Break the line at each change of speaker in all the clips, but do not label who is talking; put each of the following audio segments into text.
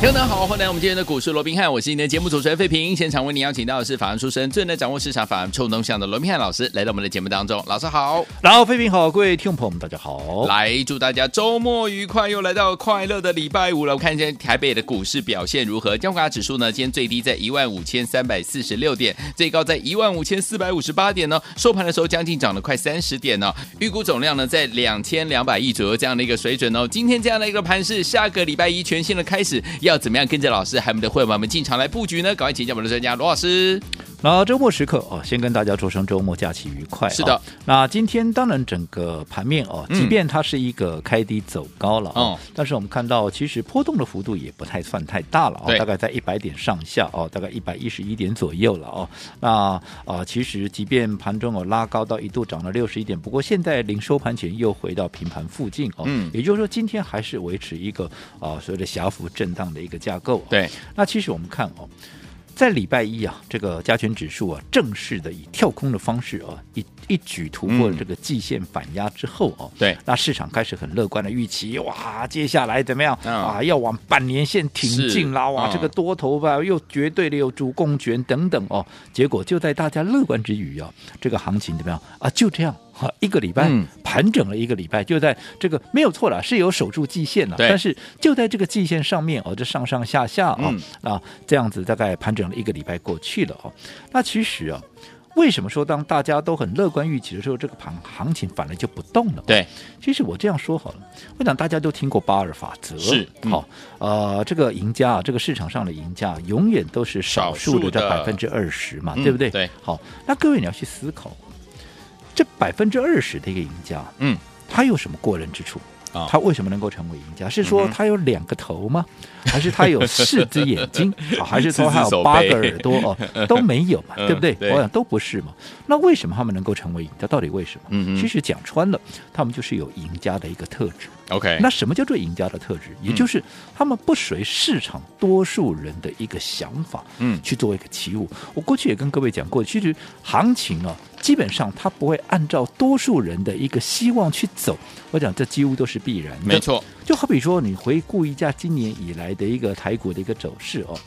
听众大家好，欢迎来到我们今天的股市罗宾汉，我是你的节目主持人费平。现场为您邀请到的是法案出身、最能掌握市场法案冲动向的罗宾汉老师，来到我们的节目当中。老师好，
然后，飞平好，各位听众朋友们，大家好。
来祝大家周末愉快，又来到快乐的礼拜五了。我们看一下台北的股市表现如何？加权指数呢，今天最低在15,346点，最高在15,458点呢、收盘的时候将近涨了快三十点呢、哦预估总量呢在2,200亿左右这样的一个水准哦。今天这样的一个盘势，下个礼拜一全新的开始，要怎么样跟着老师还有我们的会员们进场来布局呢？赶快请教我们的专家罗老师。
那周末时刻哦，先跟大家说声周末假期愉快、
是的
哦那今天当然整个盘面哦，
嗯
即便它是一个开低走高了哦
哦，
但是我们看到其实波动的幅度也不太算太大了哦
对，
大概在一百点上下哦，大概一百一十一点左右了哦。那啊、其实即便盘中哦拉高到一度涨了六十一点，不过现在临收盘前又回到平盘附近哦，
嗯
也就是说今天还是维持一个啊、所谓的小幅震荡的一个架构、哦。
对，
那其实我们看哦，在礼拜一啊，这个加权指数啊，正式的以跳空的方式啊，一一举突破
嗯
这个季线反压之后哦、
对
那市场开始很乐观的预期，哇，接下来怎么样、
嗯
啊？要往半年线挺进啦，
是
哇，
嗯
这个多头吧，又绝对的有主控权等等哦。结果就在大家乐观之余啊，这个行情怎么样啊？就这样。啊，一个礼拜、
嗯
盘整了一个礼拜，就在这个没有错了，是有守住季线了，
对
但是就在这个季线上面哦，这上上下下哦，
嗯
啊，这样子大概盘整了一个礼拜过去了哦。那其实啊，为什么说当大家都很乐观预期的时候，这个盘行情反而就不动了？，
对，
其实我这样说好了，我想大家都听过巴尔法则，
是嗯
好、呃，这个赢家啊，这个市场上的赢家啊，永远都是少数的这
少
百
数的
分之二十嘛，
嗯
对不对？
对。
好，那各位你要去思考，这百分之二十的一个赢家，
嗯，
他有什么过人之处？
啊
他为什么能够成为赢家？是
嗯
说
哼
他有两个头吗？还是他有四只眼睛？ 啊还是
四
说
只
他有
手
八
背
个耳朵？ 哦，都没有嘛，
嗯
对不对？
对
我想都不是嘛。那为什么他们能够成为赢家？到底为什么？
嗯哼
其实讲穿了，他们就是有赢家的一个特质。
，OK，
那什么叫做赢家的特质？
嗯
也就是他们不随市场多数人的一个想法，
嗯
去做一个起舞。我过去也跟各位讲过，其实行情啊，基本上它不会按照多数人的一个希望去走。我讲这几乎都是必然的，
没。错，
就好比说，你回顾一下今年以来的一个台股的一个走势哦，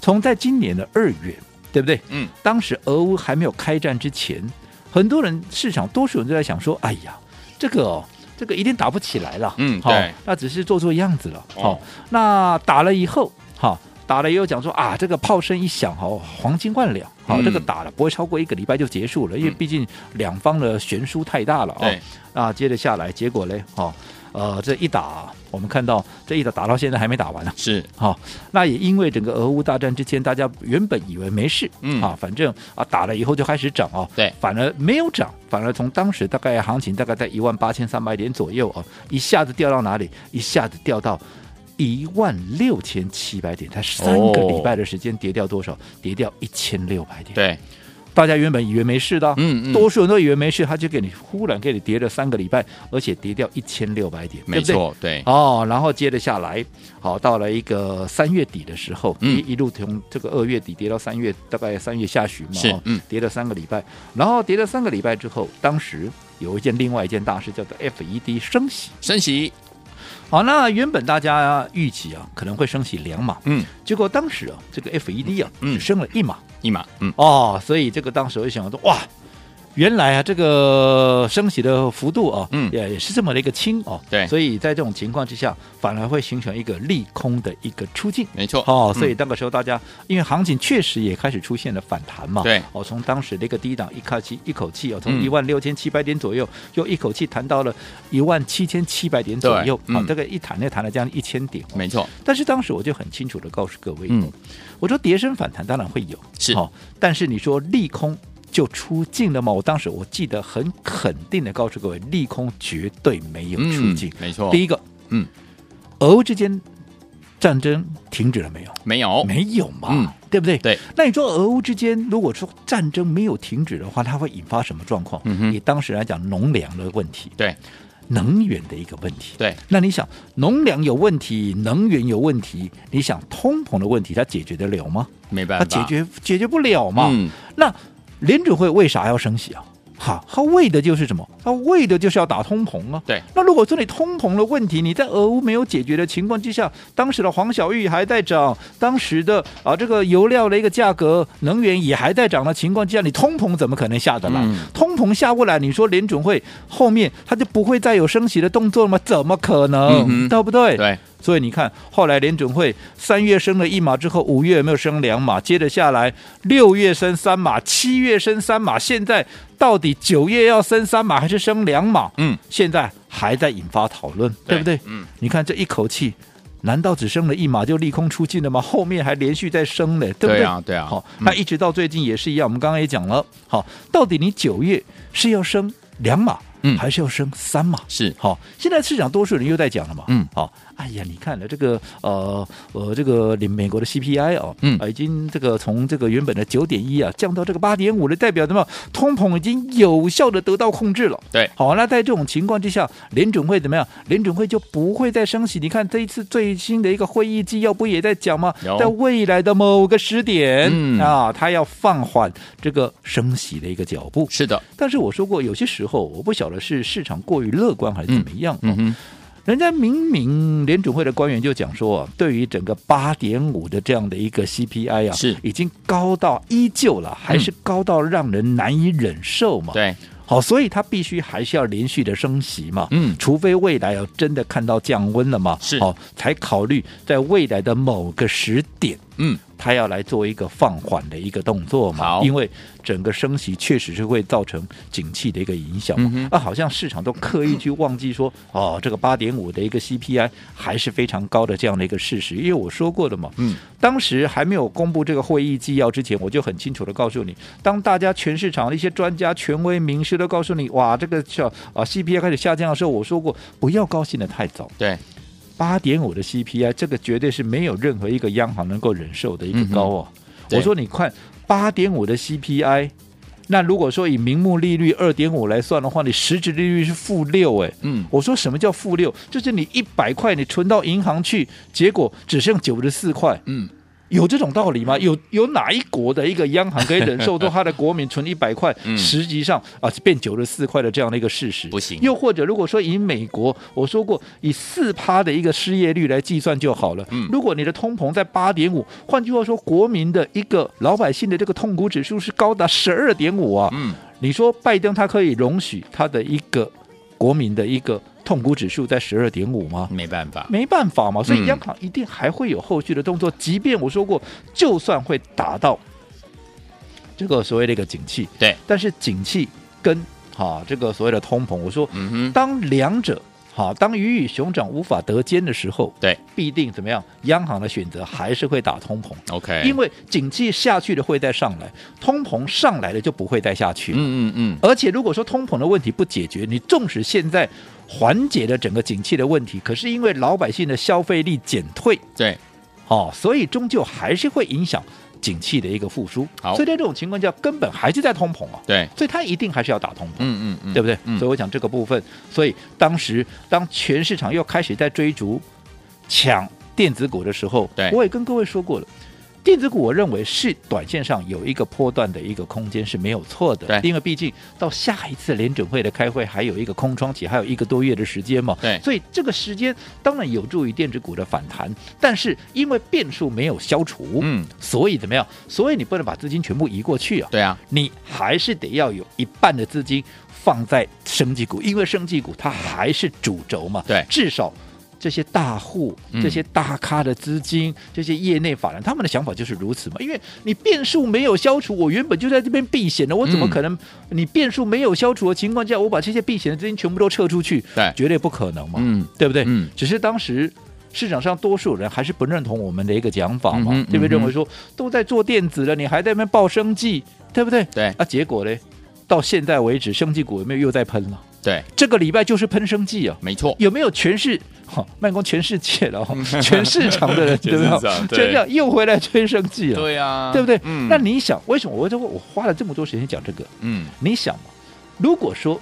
从在今年的二月，对不对？
嗯，
当时俄乌还没有开战之前，很多人市场多数人都在想说，哎呀，这个哦。这个一定打不起来了，
嗯
好、
对
那只是做做样子了，好、
哦
那打了以后，好、打了以后讲说啊，这个炮声一响，好、黄金万两，好、
嗯
这个打了不会超过一个礼拜就结束了，因为
嗯
毕竟两方的悬殊太大了，哦
对，
那接着下来，结果嘞，好、呃，这一打，我们看到这一打打到现在还没打完呢、
是，
好、那也因为整个俄乌大战之前，大家原本以为没事，
嗯
啊，反正啊打了以后就开始涨哦，
对
反而没有涨，反而从当时大概行情大概在一万八千三百点左右哦，一下子掉到哪里？一下子掉到一万六千七百点，才三个
哦
礼拜的时间跌掉多少？跌掉一千六百点，
对，
大家原本以为没事的啊、
嗯嗯
多数人都以为没事，他就给你忽然给你跌了三个礼拜，而且跌掉一千六百点，
没
对不对
错，对，
哦，然后接着下来，好，到了一个三月底的时候，
嗯
一一路从这个二月底跌到三月，大概三月下旬嘛，
是
哦
嗯
跌了三个礼拜，然后跌了三个礼拜之后，当时有一件另外一件大事叫做 FED 升息，
升息，
好，那原本大家预期啊可能会升息两码，
嗯，
结果当时啊这个 FED 啊、
嗯
只升了一码，
一码，嗯，
哦，所以这个当时我就想说，哇，原来啊这个升息的幅度啊，
嗯
也也是这么的一个轻哦，
对
所以在这种情况之下，反而会形成一个利空的一个出境。
没错，
哦，所
嗯
以那个时候大家、因为行情确实也开始出现了反弹嘛，
对
哦，从当时的一个低档一口气一口气哦，从
嗯
一万六千七百点左右，又一口气弹到了一万七千七百点左
对
右，哦
嗯，
大概一弹就弹了将近一千点、哦，
没错，
但是当时我就很清楚的告诉各位，
嗯
我说跌升反弹当然会有，
是
哦，但是你说利空就出尽了吗？我当时我记得很肯定的告诉各位，利空绝对没有出尽。
嗯没错，
第一个，
嗯，
俄乌之间战争停止了没有？
没有，
没有嘛，
哦嗯
对不对？
对。
那你说俄乌之间，如果说战争没有停止的话，它会引发什么状况？
嗯哼
以当时来讲，农粮的问题，
对
能源的一个问题。
对，
那你想，农粮有问题，能源有问题，你想通膨的问题，它解决得了吗？
没办
它
法，
解决解决不了嘛。
嗯
那联准会为啥要升息啊？哈，他为的就是什么？他为的就是要打通膨啊。
对
那如果说你通膨的问题，你在俄乌没有解决的情况之下，当时的黄小玉还在涨，当时的啊这个油料的一个价格，能源也还在涨的情况之下，你通膨怎么可能下得来？
嗯
通膨下不来，你说联准会后面他就不会再有升息的动作了吗？怎么可能？
嗯哼
对不对？
对，
所以你看，后来联准会三月升了一码之后，五月有没有升两码？接着下来，六月升三码，七月升三码，现在到底九月要升三码还是升两码？
嗯，
现在还在引发讨论，对不对？
嗯，
你看这一口气，难道只升了一码就利空出尽了吗？后面还连续在升嘞，对不对？
对啊对啊
好，
嗯
那一直到最近也是一样，我们刚刚也讲了，好，到底你九月是要升两码，
嗯
还是要升三码？
是
好、现在市场多数人又在讲了嘛，
嗯
好、哎呀，你看了这个呃呃这个美美国的 CPI 哦，
嗯
啊已经这个从这个原本的九点一啊降到这个八点五了，代表什么？通膨已经有效的得到控制了。
对
好，那在这种情况之下，联准会怎么样？联准会就不会再升息。你看这一次最新的一个会议纪要不也在讲吗
有？
在未来的某个时点、
嗯
啊，它要放缓这个升息的一个脚步。
是的，
但是我说过，有些时候我不晓得是市场过于乐观还是怎么样、哦
嗯哼，
人家明明联准会的官员就讲说啊，对于整个八点五的这样的一个 CPI 啊，
是嗯
已经高到依旧了，还是高到让人难以忍受嘛？
对，
好，所以它必须还是要连续的升息嘛，
嗯
除非未来要真的看到降温了嘛，
是
好，才考虑在未来的某个时点。
嗯，
它要来做一个放缓的一个动作嘛
好，
因为整个升息确实是会造成景气的一个影响
嗯
嘛。啊，好像市场都刻意去忘记说，哦，这个八点五的一个 CPI 还是非常高的这样的一个事实，因为我说过的嘛，
嗯，
当时还没有公布这个会议纪要之前，我就很清楚的告诉你，当大家全市场的一些专家、权威、名师都告诉你，哇，这个叫啊 CPI 开始下降的时候，我说过不要高兴的太早。
对，
八点五的 CPI，这个绝对是没有任何一个央行能够忍受的一个
嗯哼
高哦。
对
我说你看八点五的 CPI，那如果说以名目利率二点五来算的话，你实质利率是负六哎。
嗯，
我说什么叫负六？就是你一百块你存到银行去，结果只剩九十四块，
嗯，
有这种道理吗？有有哪一国的一个央行可以忍受到他的国民 存一百块，
嗯
实际上啊变九十四块的这样的一个事实？
不行
又或者如果说以美国，我说过以四趴的一个失业率来计算就好了。
嗯
如果你的通膨在八点五，换句话说，国民的一个老百姓的这个痛苦指数是高达十二点五啊。
嗯，
你说拜登他可以容许他的一个国民的一个痛苦指数在十二点五吗？
没办法，
没办法嘛，所
嗯
以央行一定还会有后续的动作。即便我说过，就算会达到这个所谓的一个景气，
对，
但是景气跟哈、这个所谓的通膨，我说
嗯哼，
当两者。哈，当鱼与熊掌无法得兼的时候，
对，
必定怎么样？央行的选择还是会打通膨，
OK，
因为景气下去的会再上来，通膨上来了就不会再下去。
嗯嗯嗯，
而且如果说通膨的问题不解决，你纵使现在缓解了整个景气的问题，可是因为老百姓的消费力减退，
对，
哦，所以终究还是会影响景气的一个复苏。
好
所以在这种情况下，根本还是在通膨啊，
对，
所以它一定还是要打通膨。
嗯嗯嗯，
对不对？
嗯
所以我讲这个部分，所以当时当全市场又开始在追逐抢电子股的时候，
对
我也跟各位说过了。电子股，我认为是短线上有一个波段的一个空间是没有错的，
对
因为毕竟到下一次联准会的开会还有一个空窗期，还有一个多月的时间嘛，
对
所以这个时间当然有助于电子股的反弹，但是因为变数没有消除，
嗯，
所以怎么样？所以你不能把资金全部移过去啊，
对啊，
你还是得要有一半的资金放在生技股，因为生技股它还是主轴嘛。
对
至少这些大户、
嗯
这些大咖的资金、这些业内法人，他们的想法就是如此嘛。因为你变数没有消除，我原本就在这边避险的，我怎么
嗯
可能？你变数没有消除的情况下，我把这些避险的资金全部都撤出去，
对
绝对不可能嘛，
哎嗯，
对不对？
嗯
只是当时。市场上多数人还是不认同我们的一个讲法嘛，
嗯哼
对不对？
嗯哼
认为说都在做电子了，你还在那边报生计，对不对？
对
啊，结果嘞，到现在为止，生技股有没有又在喷了？
对，
这个礼拜就是喷生计啊，
没错，
有没有全市？哈、慢工全世界 了、哦，全市场的人
全
对
市
不
场
对？
对
全市场又回来吹生计了，
对啊，
对不对？
嗯，
那你想，为什么我就我花了这么多时间讲这个？
嗯，
你想嘛，如果说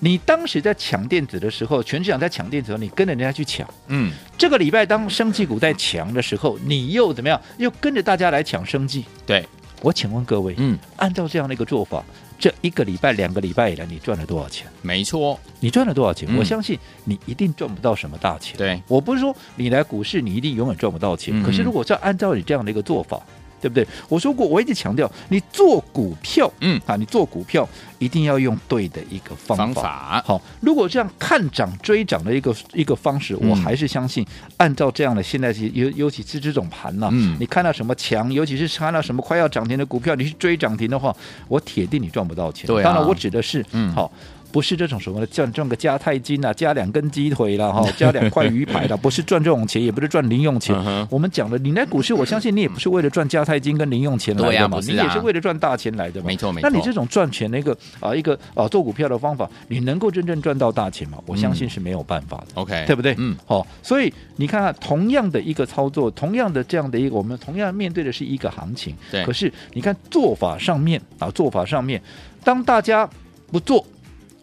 你当时在抢电子的时候，全市场在抢电子的时候，你跟着人家去抢。
嗯，
这个礼拜当生技股在强的时候，你又怎么样？又跟着大家来抢生技？
对，
我请问各位，
嗯，
按照这样的一个做法，这一个礼拜、两个礼拜以来，你赚了多少钱？
没错，
你赚了多少钱？
嗯
我相信你一定赚不到什么大钱。
对，
我不是说你来股市你一定永远赚不到钱，
嗯
可是如果是按照你这样的一个做法，对不对？我说过，我一直强调，你做股票，
嗯
啊，你做股票一定要用对的一个方法。
方法，
好，如果这样看涨追涨的一个一个方式，
嗯
我还是相信，按照这样的现在是尤尤其是这种盘呢、
嗯
你看到什么强，尤其是看到什么快要涨停的股票，你去追涨停的话，我铁定你赚不到钱。
对啊
当然我指的是，
嗯
好。不是这种什么赚赚个加太金啊，加两根鸡腿 啦，哈，加两块鱼排啦，不是赚这种钱，也不是赚零用钱。
嗯哼
我们讲的，你来股市，我相信你也不是为了赚加太金跟零用钱来
对啊
的嘛，
不是
你
啊
也是为了赚大钱来的嘛。
没错，没错，
那你这种赚钱的一个啊、一个啊、做股票的方法，你能够真正赚到大钱吗？我相
嗯
信是没有办法的。
OK，
对不对？
嗯，
好、所以你看看，同样的一个操作，同样的这样的一个，我们同样面对的是一个行情，
对
可是你看做法上面啊，做法上面，当大家不做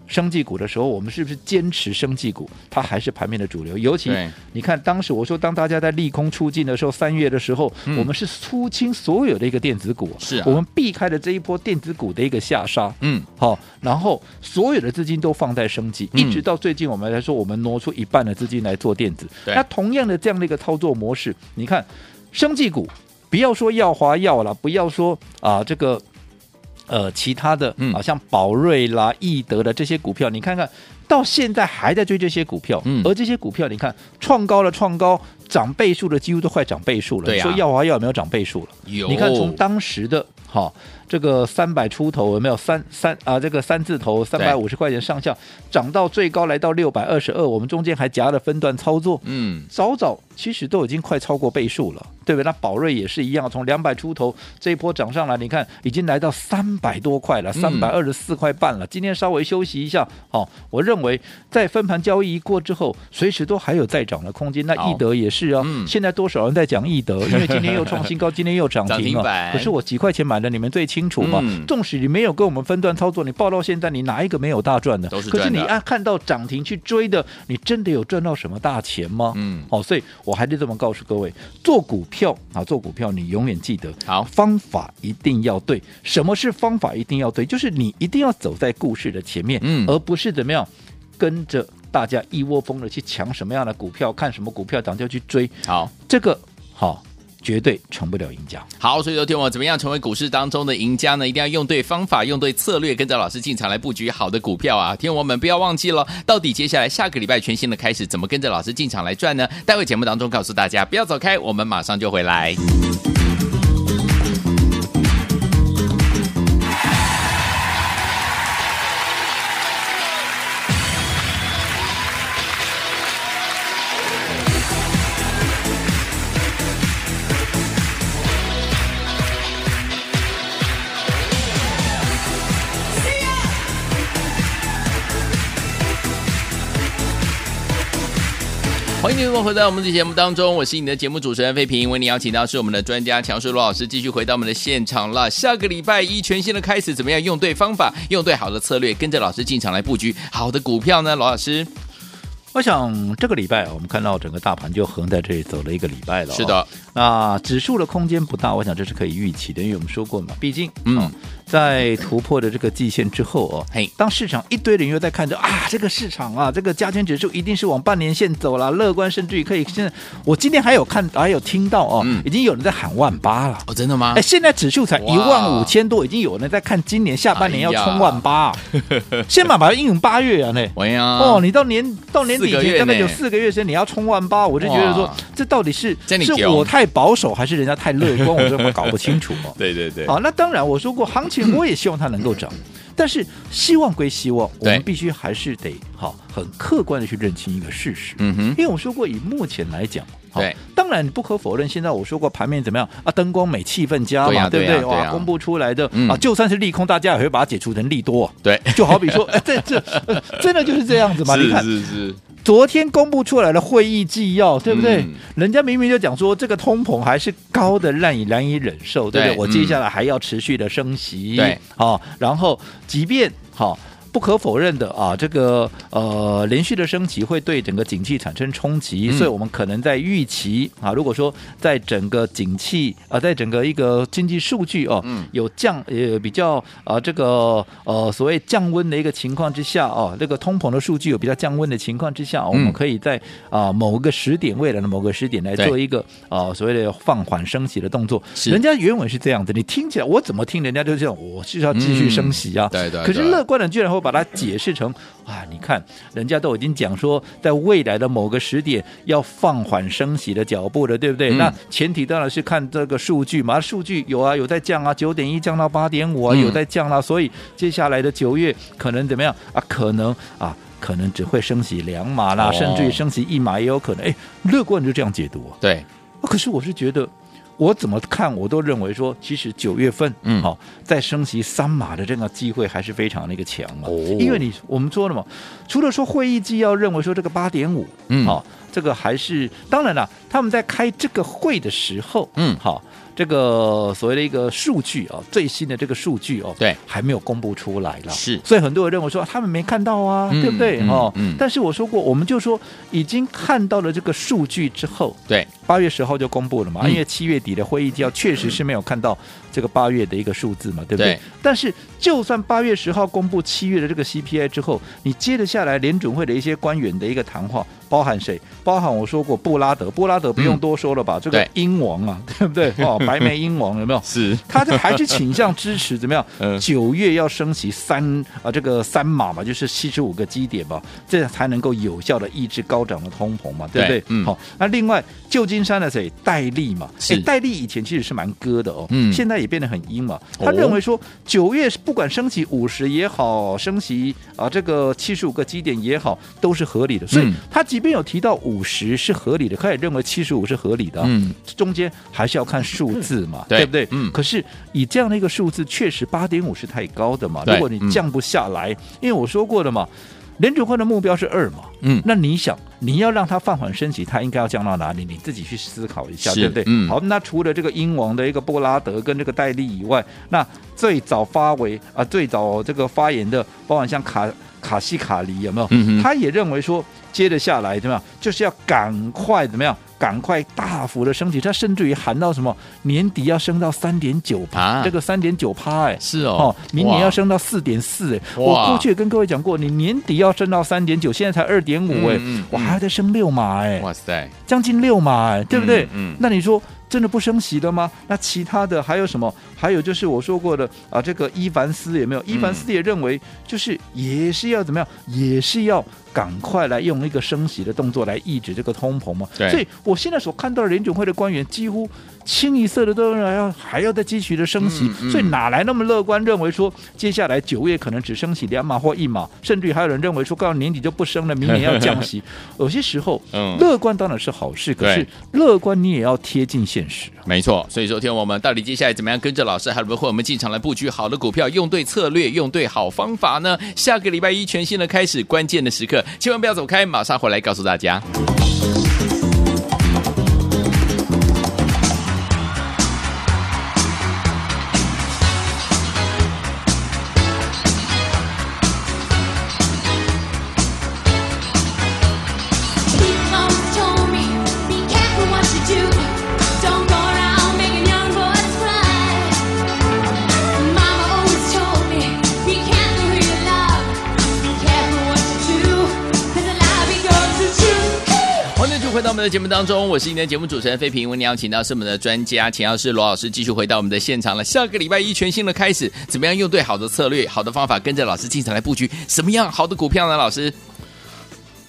生技股的时候，我们是不是坚持生技股？它还是盘面的主流。尤其
对
你看，当时我说，当大家在利空出尽的时候，三月的时候，
嗯
我们是出清所有的一个电子股，
是啊
我们避开了这一波电子股的一个下杀。
嗯，
好，然后所有的资金都放在升级，
嗯
一直到最近我们来说，我们挪出一半的资金来做电子。
对
那同样的这样的一个操作模式，你看，生技股不要说耀华药了，不要说啊、这个。呃，其他的
嗯
啊，像宝瑞啦、易德的这些股票，你看看，到现在还在追这些股票，
嗯
而这些股票，你看创高了，创高涨倍数的，几乎都快涨倍数了。
对
你
啊
说耀华药有没有涨倍数了？
有，
你看从当时的哈、好这个三百出头有没有三三啊这个三字头三百五十块钱上下涨到最高来到六百二十二，我们中间还夹了分段操作。
嗯，
早早其实都已经快超过倍数了，对不对？那宝瑞也是一样，从两百出头这一波涨上来，你看已经来到三百多块了，三
嗯
百二十四块半了。今天稍微休息一下，好、我认为在分盘交易一过之后，随时都还有再涨的空间。那
好
易德也是啊，
嗯
现在多少人在讲易德，因为今天又创新 高，今天又涨
涨
停
停
了、
板
可是我几块钱买的，你们最清楚嘛？
嗯
纵使你没有跟我们分段操作，你报到现在，你哪一个没有大赚的？
都是
可是
赚的啊
你按看到涨停去追的，你真的有赚到什么大钱吗？
嗯
哦，所以我还是这么告诉各位，做股票啊，做股票你永远记得，
好
方法一定要对。什么是方法一定要对？就是你一定要走在故事的前面，
嗯
而不是怎么样跟着大家一窝蜂的去抢什么样的股票，看什么股票涨就去追，
好。
这个好、绝对成不了赢家。
好，所以说听我怎么样成为股市当中的赢家呢？一定要用对方法，用对策略，跟着老师进场来布局好的股票啊！听我们不要忘记了，到底接下来下个礼拜全新的开始，怎么跟着老师进场来赚呢？待会节目当中告诉大家，不要走开，我们马上就回来。欢迎你们回到我们的节目当中，我是你的节目主持人费平，为你邀请到是我们的专家强叔罗老师，继续回到我们的现场了。下个礼拜一全新的开始，怎么样用对方法，用对好的策略，跟着老师进场来布局好的股票呢？罗老师，
我想这个礼拜我们看到整个大盘就横在这里走了一个礼拜了、啊
是，的，
那指数的空间不大，我想这是可以预期的，因为我们说过嘛，毕竟哦
嗯，
在突破的这个季线之后哦，
嘿
当市场一堆人又在看着啊，这个市场啊，这个加权指数一定是往半年线走了，乐观甚至于可以现在，我今天还有看，还有听到哦，
嗯
已经有人在喊万八了。
哦，真的吗
哎，？现在指数才
哇
一万五千多，已经有人在看今年下半年要
哎呀
冲万八、 啊，先把把它应用八月啊，那
喂呀，
哦，你到年到年底
四个月
前大概有
呢
四个月时间，你要冲万八，我就觉得说
哇
这到底是
这你
是
屌
我太保守，还是人家太乐观，我就搞不清楚哦。
对 对对，
好，那当然我说过，行情我也希望它能够涨，但是希望归希望，我
对
们必须还是得好很客观的去认清一个事实。
嗯哼
因为我说过，以目前来讲，好
对，
当然不可否认，现在我说过盘面怎么样啊，灯光美，气氛佳
对呀
嘛，对不
对呀对
对？哇，
呀
公布出来的
嗯
啊，就算是利空，大家也会把它解除成利多。
对，
就好比说，哎这这呃真的就是这样子嘛？你看，
是是是，
昨天公布出来的会议纪要，对不对？
嗯
人家明明就讲说这个通膨还是高的，难以难以忍受，对不对？
对
我
嗯
接下来还要持续的升息，
对，
好、啊然后即便好。不可否认的啊，这个呃连续的升级会对整个景气产生冲击，
嗯
所以我们可能在预期啊，如果说在整个景气啊、在整个一个经济数据哦、
嗯
有降呃比较呃这个呃所谓降温的一个情况之下哦，这个通膨的数据有比较降温的情况之下，哦我
嗯
们可以在啊、某个时点未来的某个时点来
对
做一个啊所谓的放缓升息的动作。
是
人家原本是这样子，你听起来我怎么听人家就这样，我是要继续升息啊。
嗯对对
可是
对
乐观的居然会把它解释成啊，你看人家都已经讲说，在未来的某个时点要放缓升息的脚步了，对不对？
嗯
那前提当然是看这个数据嘛，数据有啊，有在降啊，九点一降到八点五啊，
嗯
有在降啦、所以接下来的九月可能怎么样啊？可能啊。可能只会升息两码啦，
哦
甚至于升息一码也有可能。哎，乐观就这样解读啊。
对，
啊可是我是觉得，我怎么看我都认为说，其实九月份，
嗯
好、再升息三码的这个机会还是非常的一个强嘛。
哦
因为你我们说了嘛，除了说会议纪要认为说这个八点五，
嗯
好、这个还是当然了，他们在开这个会的时候，
嗯
好、这个所谓的一个数据啊，最新的这个数据哦，
对
还没有公布出来了，
是
所以很多人认为说啊他们没看到啊，
嗯
对不对？
嗯
哦，
嗯
但是我说过，我们就说已经看到了这个数据之后，
对，
八月十号就公布了嘛，
嗯
因为七月底的会议纪要确实是没有看到这个八月的一个数字嘛，对不对？
对
但是就算八月十号公布七月的这个 CPI 之后，你接着下来联准会的一些官员的一个谈话，包含谁？包含我说过布拉德，布拉德不用多说了吧，这个
嗯对
英王啊，对 不对？哦，白眉英王有没有？
是，
他这还是倾向支持怎么样
嗯？
九月要升息三啊，这个三码嘛，就是七十五个基点嘛，这才能够有效的抑制高涨的通膨嘛，对不
对
对？
嗯
好，那另外旧金山的谁戴利嘛？
是
诶戴利以前其实是蛮割的哦，
嗯
现在也变得很阴嘛。
哦
他认为说九月不管升息五十也好，升息啊这个七十五个基点也好，都是合理的。所以
嗯
他即便有提到五十是合理的，他也认为七十五是合理的啊。
嗯，
中间还是要看数字嘛，
对
不对？
嗯
可是以这样的一个数字，确实八点五是太高的嘛。
对嗯
如果你降不下来，因为我说过了嘛，联储会的目标是二嘛。
嗯
那你想，你要让它放缓升级，它应该要降到哪里？你自己去思考一下，
是
对不对？
嗯
好，那除了这个英王的一个布拉德跟这个戴利以外，那最早发为啊、最早这个发言的，包含像卡卡西卡里有没有？
嗯哼
他也认为说，接着下来怎么样，就是要赶快怎么样，赶快大幅的升级。他甚至于喊到什么年底要升到三点九
啊
趴，这个三点九趴哎。
是哦
哦，，明年要
哇
升到四点四，哎，我
哇
过去也跟各位讲过，你年底要升到三点九，现在才二点五，哎
嗯嗯，
我还要再升六码，哎，
哇塞，
将近六码，哎，对不对？
嗯嗯
那你说真的不升息了吗？那其他的还有什么？还有就是我说过的啊，这个伊凡斯也
嗯
没有，伊凡斯也认为就是也是要怎么样，也是要赶快来用一个升息的动作来抑制这个通膨嘛。
对
所以我现在所看到的联准会的官员几乎清一色的都认为要还要再继续的升息，
嗯嗯
所以哪来那么乐观？认为说接下来九月可能只升息两码或一码，甚至于还有人认为说到年底就不升了，明年要降 息。有些时候，
嗯
乐观当然是好事，可是
对
乐观你也要贴近现实啊。
没错，所以说，听我们到底接下来怎么样跟着老师，还有包括我们进场来布局好的股票，用对策略，用对好方法呢？下个礼拜一全新的开始，关键的时刻，千万不要走开，马上回来告诉大家。欢迎继续回到我们的节目当中，我是今天的节目主持人费平。为您邀请到是我们的专家钱老师罗老师，继续回到我们的现场了。下个礼拜一全新的开始，怎么样用对好的策略、好的方法，跟着老师进场来布局什么样好的股票呢？老师，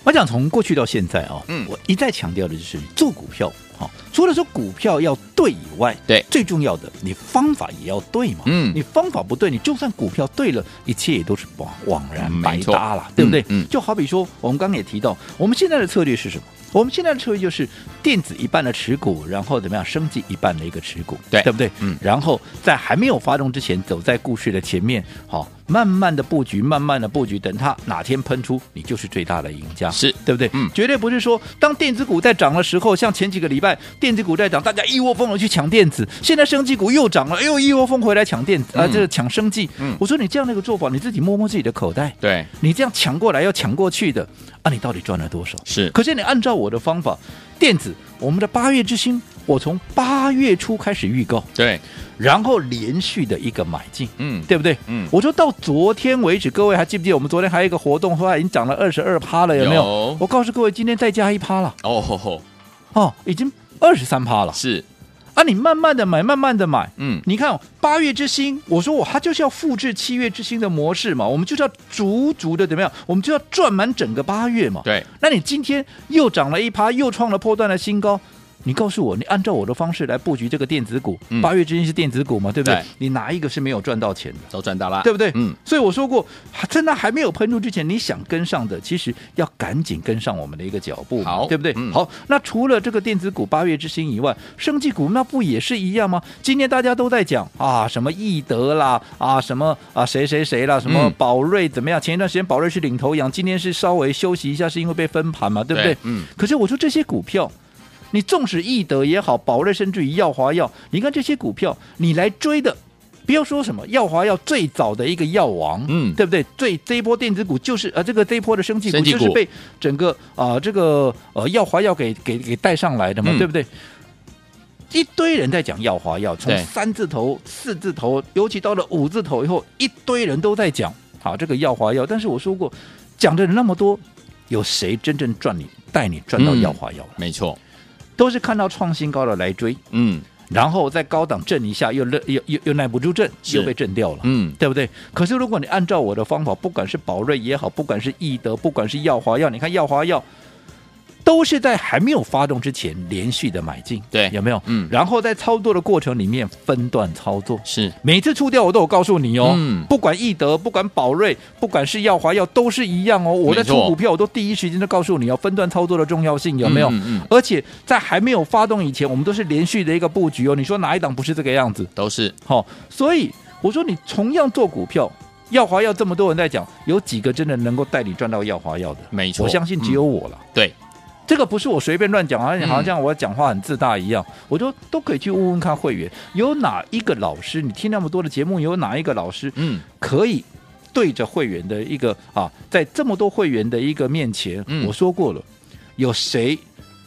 我讲从过去到现在啊，
嗯
我一再强调的就是做股票哈、除了说股票要对以外，
对
最重要的你方法也要对嘛。
嗯
你方法不对，你就算股票对了，一切也都是枉枉然
嗯
白
没错
搭了，对不对？
嗯嗯
就好比说，我们刚刚也提到，我们现在的策略是什么？我们现在的策略就是电子一半的持股，然后怎么样升级一半的一个持股，
对
对不对？
嗯
然后在还没有发动之前，走在故事的前面，好、慢慢的布局，慢慢的布局，等它哪天喷出，你就是最大的赢家，
是
啊对不对？
嗯
绝对不是说当电子股在涨的时候，像前几个礼拜电子股在涨，大家一窝蜂的去抢电子，现在生技股又涨了，又一窝蜂回来抢电子啊、
嗯
这个抢生技。
嗯
我说你这样的一个做法，你自己摸摸自己的口袋，
对，
你这样抢过来要抢过去的啊，你到底赚了多少？
是
可是你按照我的方法，电子我们的八月之星，我从八月初开始预告，
对，
然后连续的一个买进，
嗯，
对不对？
嗯
我说到昨天为止，各位还记不记得我们昨天还有一个活动，后来已经涨了二十二趴了，有没有？
有
我告诉各位，今天再加一趴了，
哦吼吼，
哦，已经二十三趴了
是，
啊！你慢慢的买，慢慢的买。
嗯，
你看哦八月之星，我说我它就是要复制七月之星的模式嘛，我们就是要足足的怎么样？我们就要赚满整个八月嘛。
对，
那你今天又涨了一趴，又创了破断的新高。你告诉我，你按照我的方式来布局这个电子股
嗯，
八、月之星是电子股嘛，对不对？
对
你哪一个是没有赚到钱的，
都赚到啦，
对不对？
嗯，
所以我说过，还趁它还没有喷出之前，你想跟上的，其实要赶紧跟上我们的一个脚步嘛，
好
对不对？
嗯
好，那除了这个电子股八月之星以外，生技股那不也是一样吗？今天大家都在讲啊，什么易德啦，啊，什么啊，谁谁谁啦，什么
嗯
宝瑞怎么样？前一段时间宝瑞是领头羊，今天是稍微休息一下，是因为被分盘嘛，对不对？
对嗯。
可是我说这些股票。你纵使易德也好，宝瑞甚至于耀华药，你看这些股票，你来追的，不要说什么耀华药最早的一个药王，
嗯
对不对？最这一波电子股就是呃，这个这一波的升级股
生技
就
股
是被整个啊、这个呃耀华药给给给带上来的嘛，
嗯
对不对？一堆人在讲耀华药，从
对
三字头、四字头，尤其到了五字头以后，一堆人都在讲好这个耀华药。但是我说过，讲的人那么多，有谁真正赚你带你赚到
嗯
耀华药了？
没错，
都是看到创新高的来追，
嗯
然后在高档震一下，又勒又又又耐不住震，
是
又被震掉了。
嗯，
对不对？可是如果你按照我的方法，不管是宝瑞也好，不管是易德，不管是耀华药，你看耀华药都是在还没有发动之前连续的买进，
对
有没有？
嗯
然后在操作的过程里面分段操作，
是
每一次出掉我都有告诉你哦，
嗯
不管易德，不管宝瑞，不管是耀华药，都是一样哦。我在
没
出
错
股票，我都第一时间就告诉你哦，分段操作的重要性有没有？
嗯嗯嗯
而且在还没有发动以前，我们都是连续的一个布局哦。你说哪一档不是这个样子？
都是
好、所以我说你同样做股票，耀华药这么多人在讲，有几个真的能够带你赚到耀华药的？
没错，嗯
我相信只有我了。
对，
这个不是我随便乱讲，好像
嗯
好像我讲话很自大一样，我就都可以去问问看会员，有哪一个老师，你听那么多的节目，有哪一个老师
嗯，
可以对着会员的一个啊，在这么多会员的一个面前，
嗯
我说过了，有谁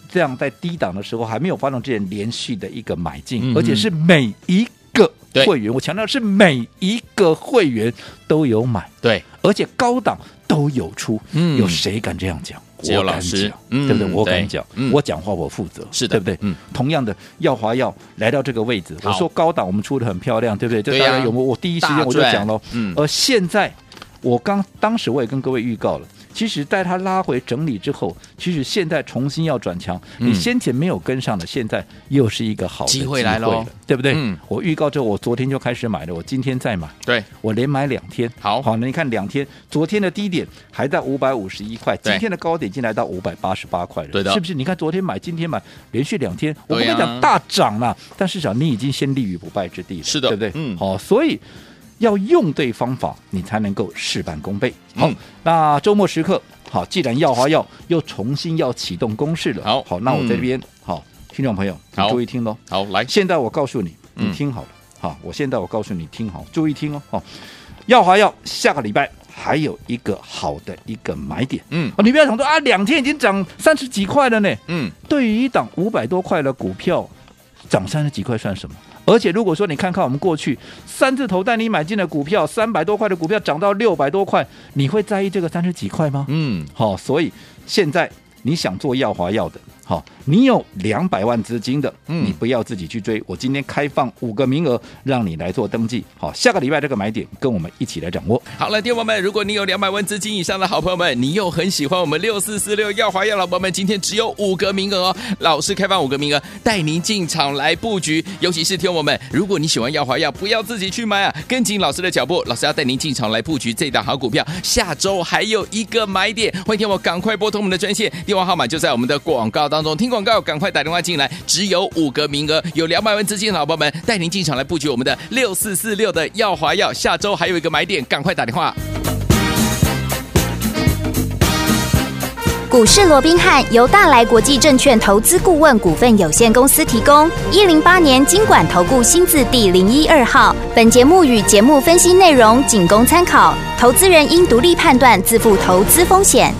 这样在低档的时候还没有发动之前连续的一个买进，
嗯
而且是每一个
对
会员，我强调是每一个会员都有买，
对，
而且高档都有出，
嗯
有谁敢这样讲？
只有
我敢
老师
讲
嗯
对不对？我
对
敢讲，
嗯
我讲话我负责，
是的
对不对？
嗯，
同样的，耀华药来到这个位置，
好
我说高档我们出的很漂亮，对不对？这
对
大
呀
家有没有？我第一时间
大
我就
赚
讲了，
嗯
而现在我刚当时我也跟各位预告了，其实在它拉回整理之后，其实现在重新要转强，
嗯
你先前没有跟上的，现在又是一个好的
机
机
会
会
来咯
了，对不对？
嗯
我预告之后，我昨天就开始买了，我今天再买。
对，
我连买两天，
好
好，那你看两天，昨天的低点还在五百五十一块，
对
今天的高点进来到五百八十八块了，
对的
是不是？你看昨天买，今天买，连续两天，我不
对
会
呀
讲大涨了，但市场你已经先立于不败之地了，
是的
对不对？
嗯
好，所以要用对方法，你才能够事半功倍。好，
嗯
那周末时刻，好，既然耀华药又重新要启动攻势了，
好
好，那我在
嗯
这边，好，听众朋友，你
好
注意听喽。
好来，
现在我告诉你，
嗯
你听好了，好，我现在我告诉你听好，注意听哦，哦，耀华药下个礼拜还有一个好的一个买点。
嗯
哦，你不要想说啊，两天已经涨三十几块了呢。
嗯，
对于一档五百多块的股票，涨三十几块算什么？而且如果说你看看我们过去三字头带你买进的股票，三百多块的股票涨到六百多块，你会在意这个三十几块吗？
嗯，
好、所以现在你想做耀华药的，好、你有两百万资金的，
嗯
你不要自己去追。我今天开放五个名额，让你来做登记。好、下个礼拜这个买点，跟我们一起来掌握。
好了，天王们，如果你有两百万资金以上的好朋友们，你又很喜欢我们六四四六耀华耀老朋友们，今天只有五个名额哦，老师开放五个名额，带您进场来布局。尤其是天王们，如果你喜欢耀华耀，不要自己去买啊，跟紧老师的脚步，老师要带您进场来布局这档好股票。下周还有一个买点，欢迎天王赶快拨通我们的专线，电话号码就在我们的广告当中，听广告赶快打电话进来，只有五个名额，有两百万资金的好朋友们，带您进场来布局我们的六四四六的耀华耀，下周还有一个买点，赶快打电话。
股市罗宾汉由大来国际证券投资顾问股份有限公司提供，一零八年经管投顾新字第零一二号。本节目与节目分析内容仅供参考，投资人应独立判断，自负投资风险。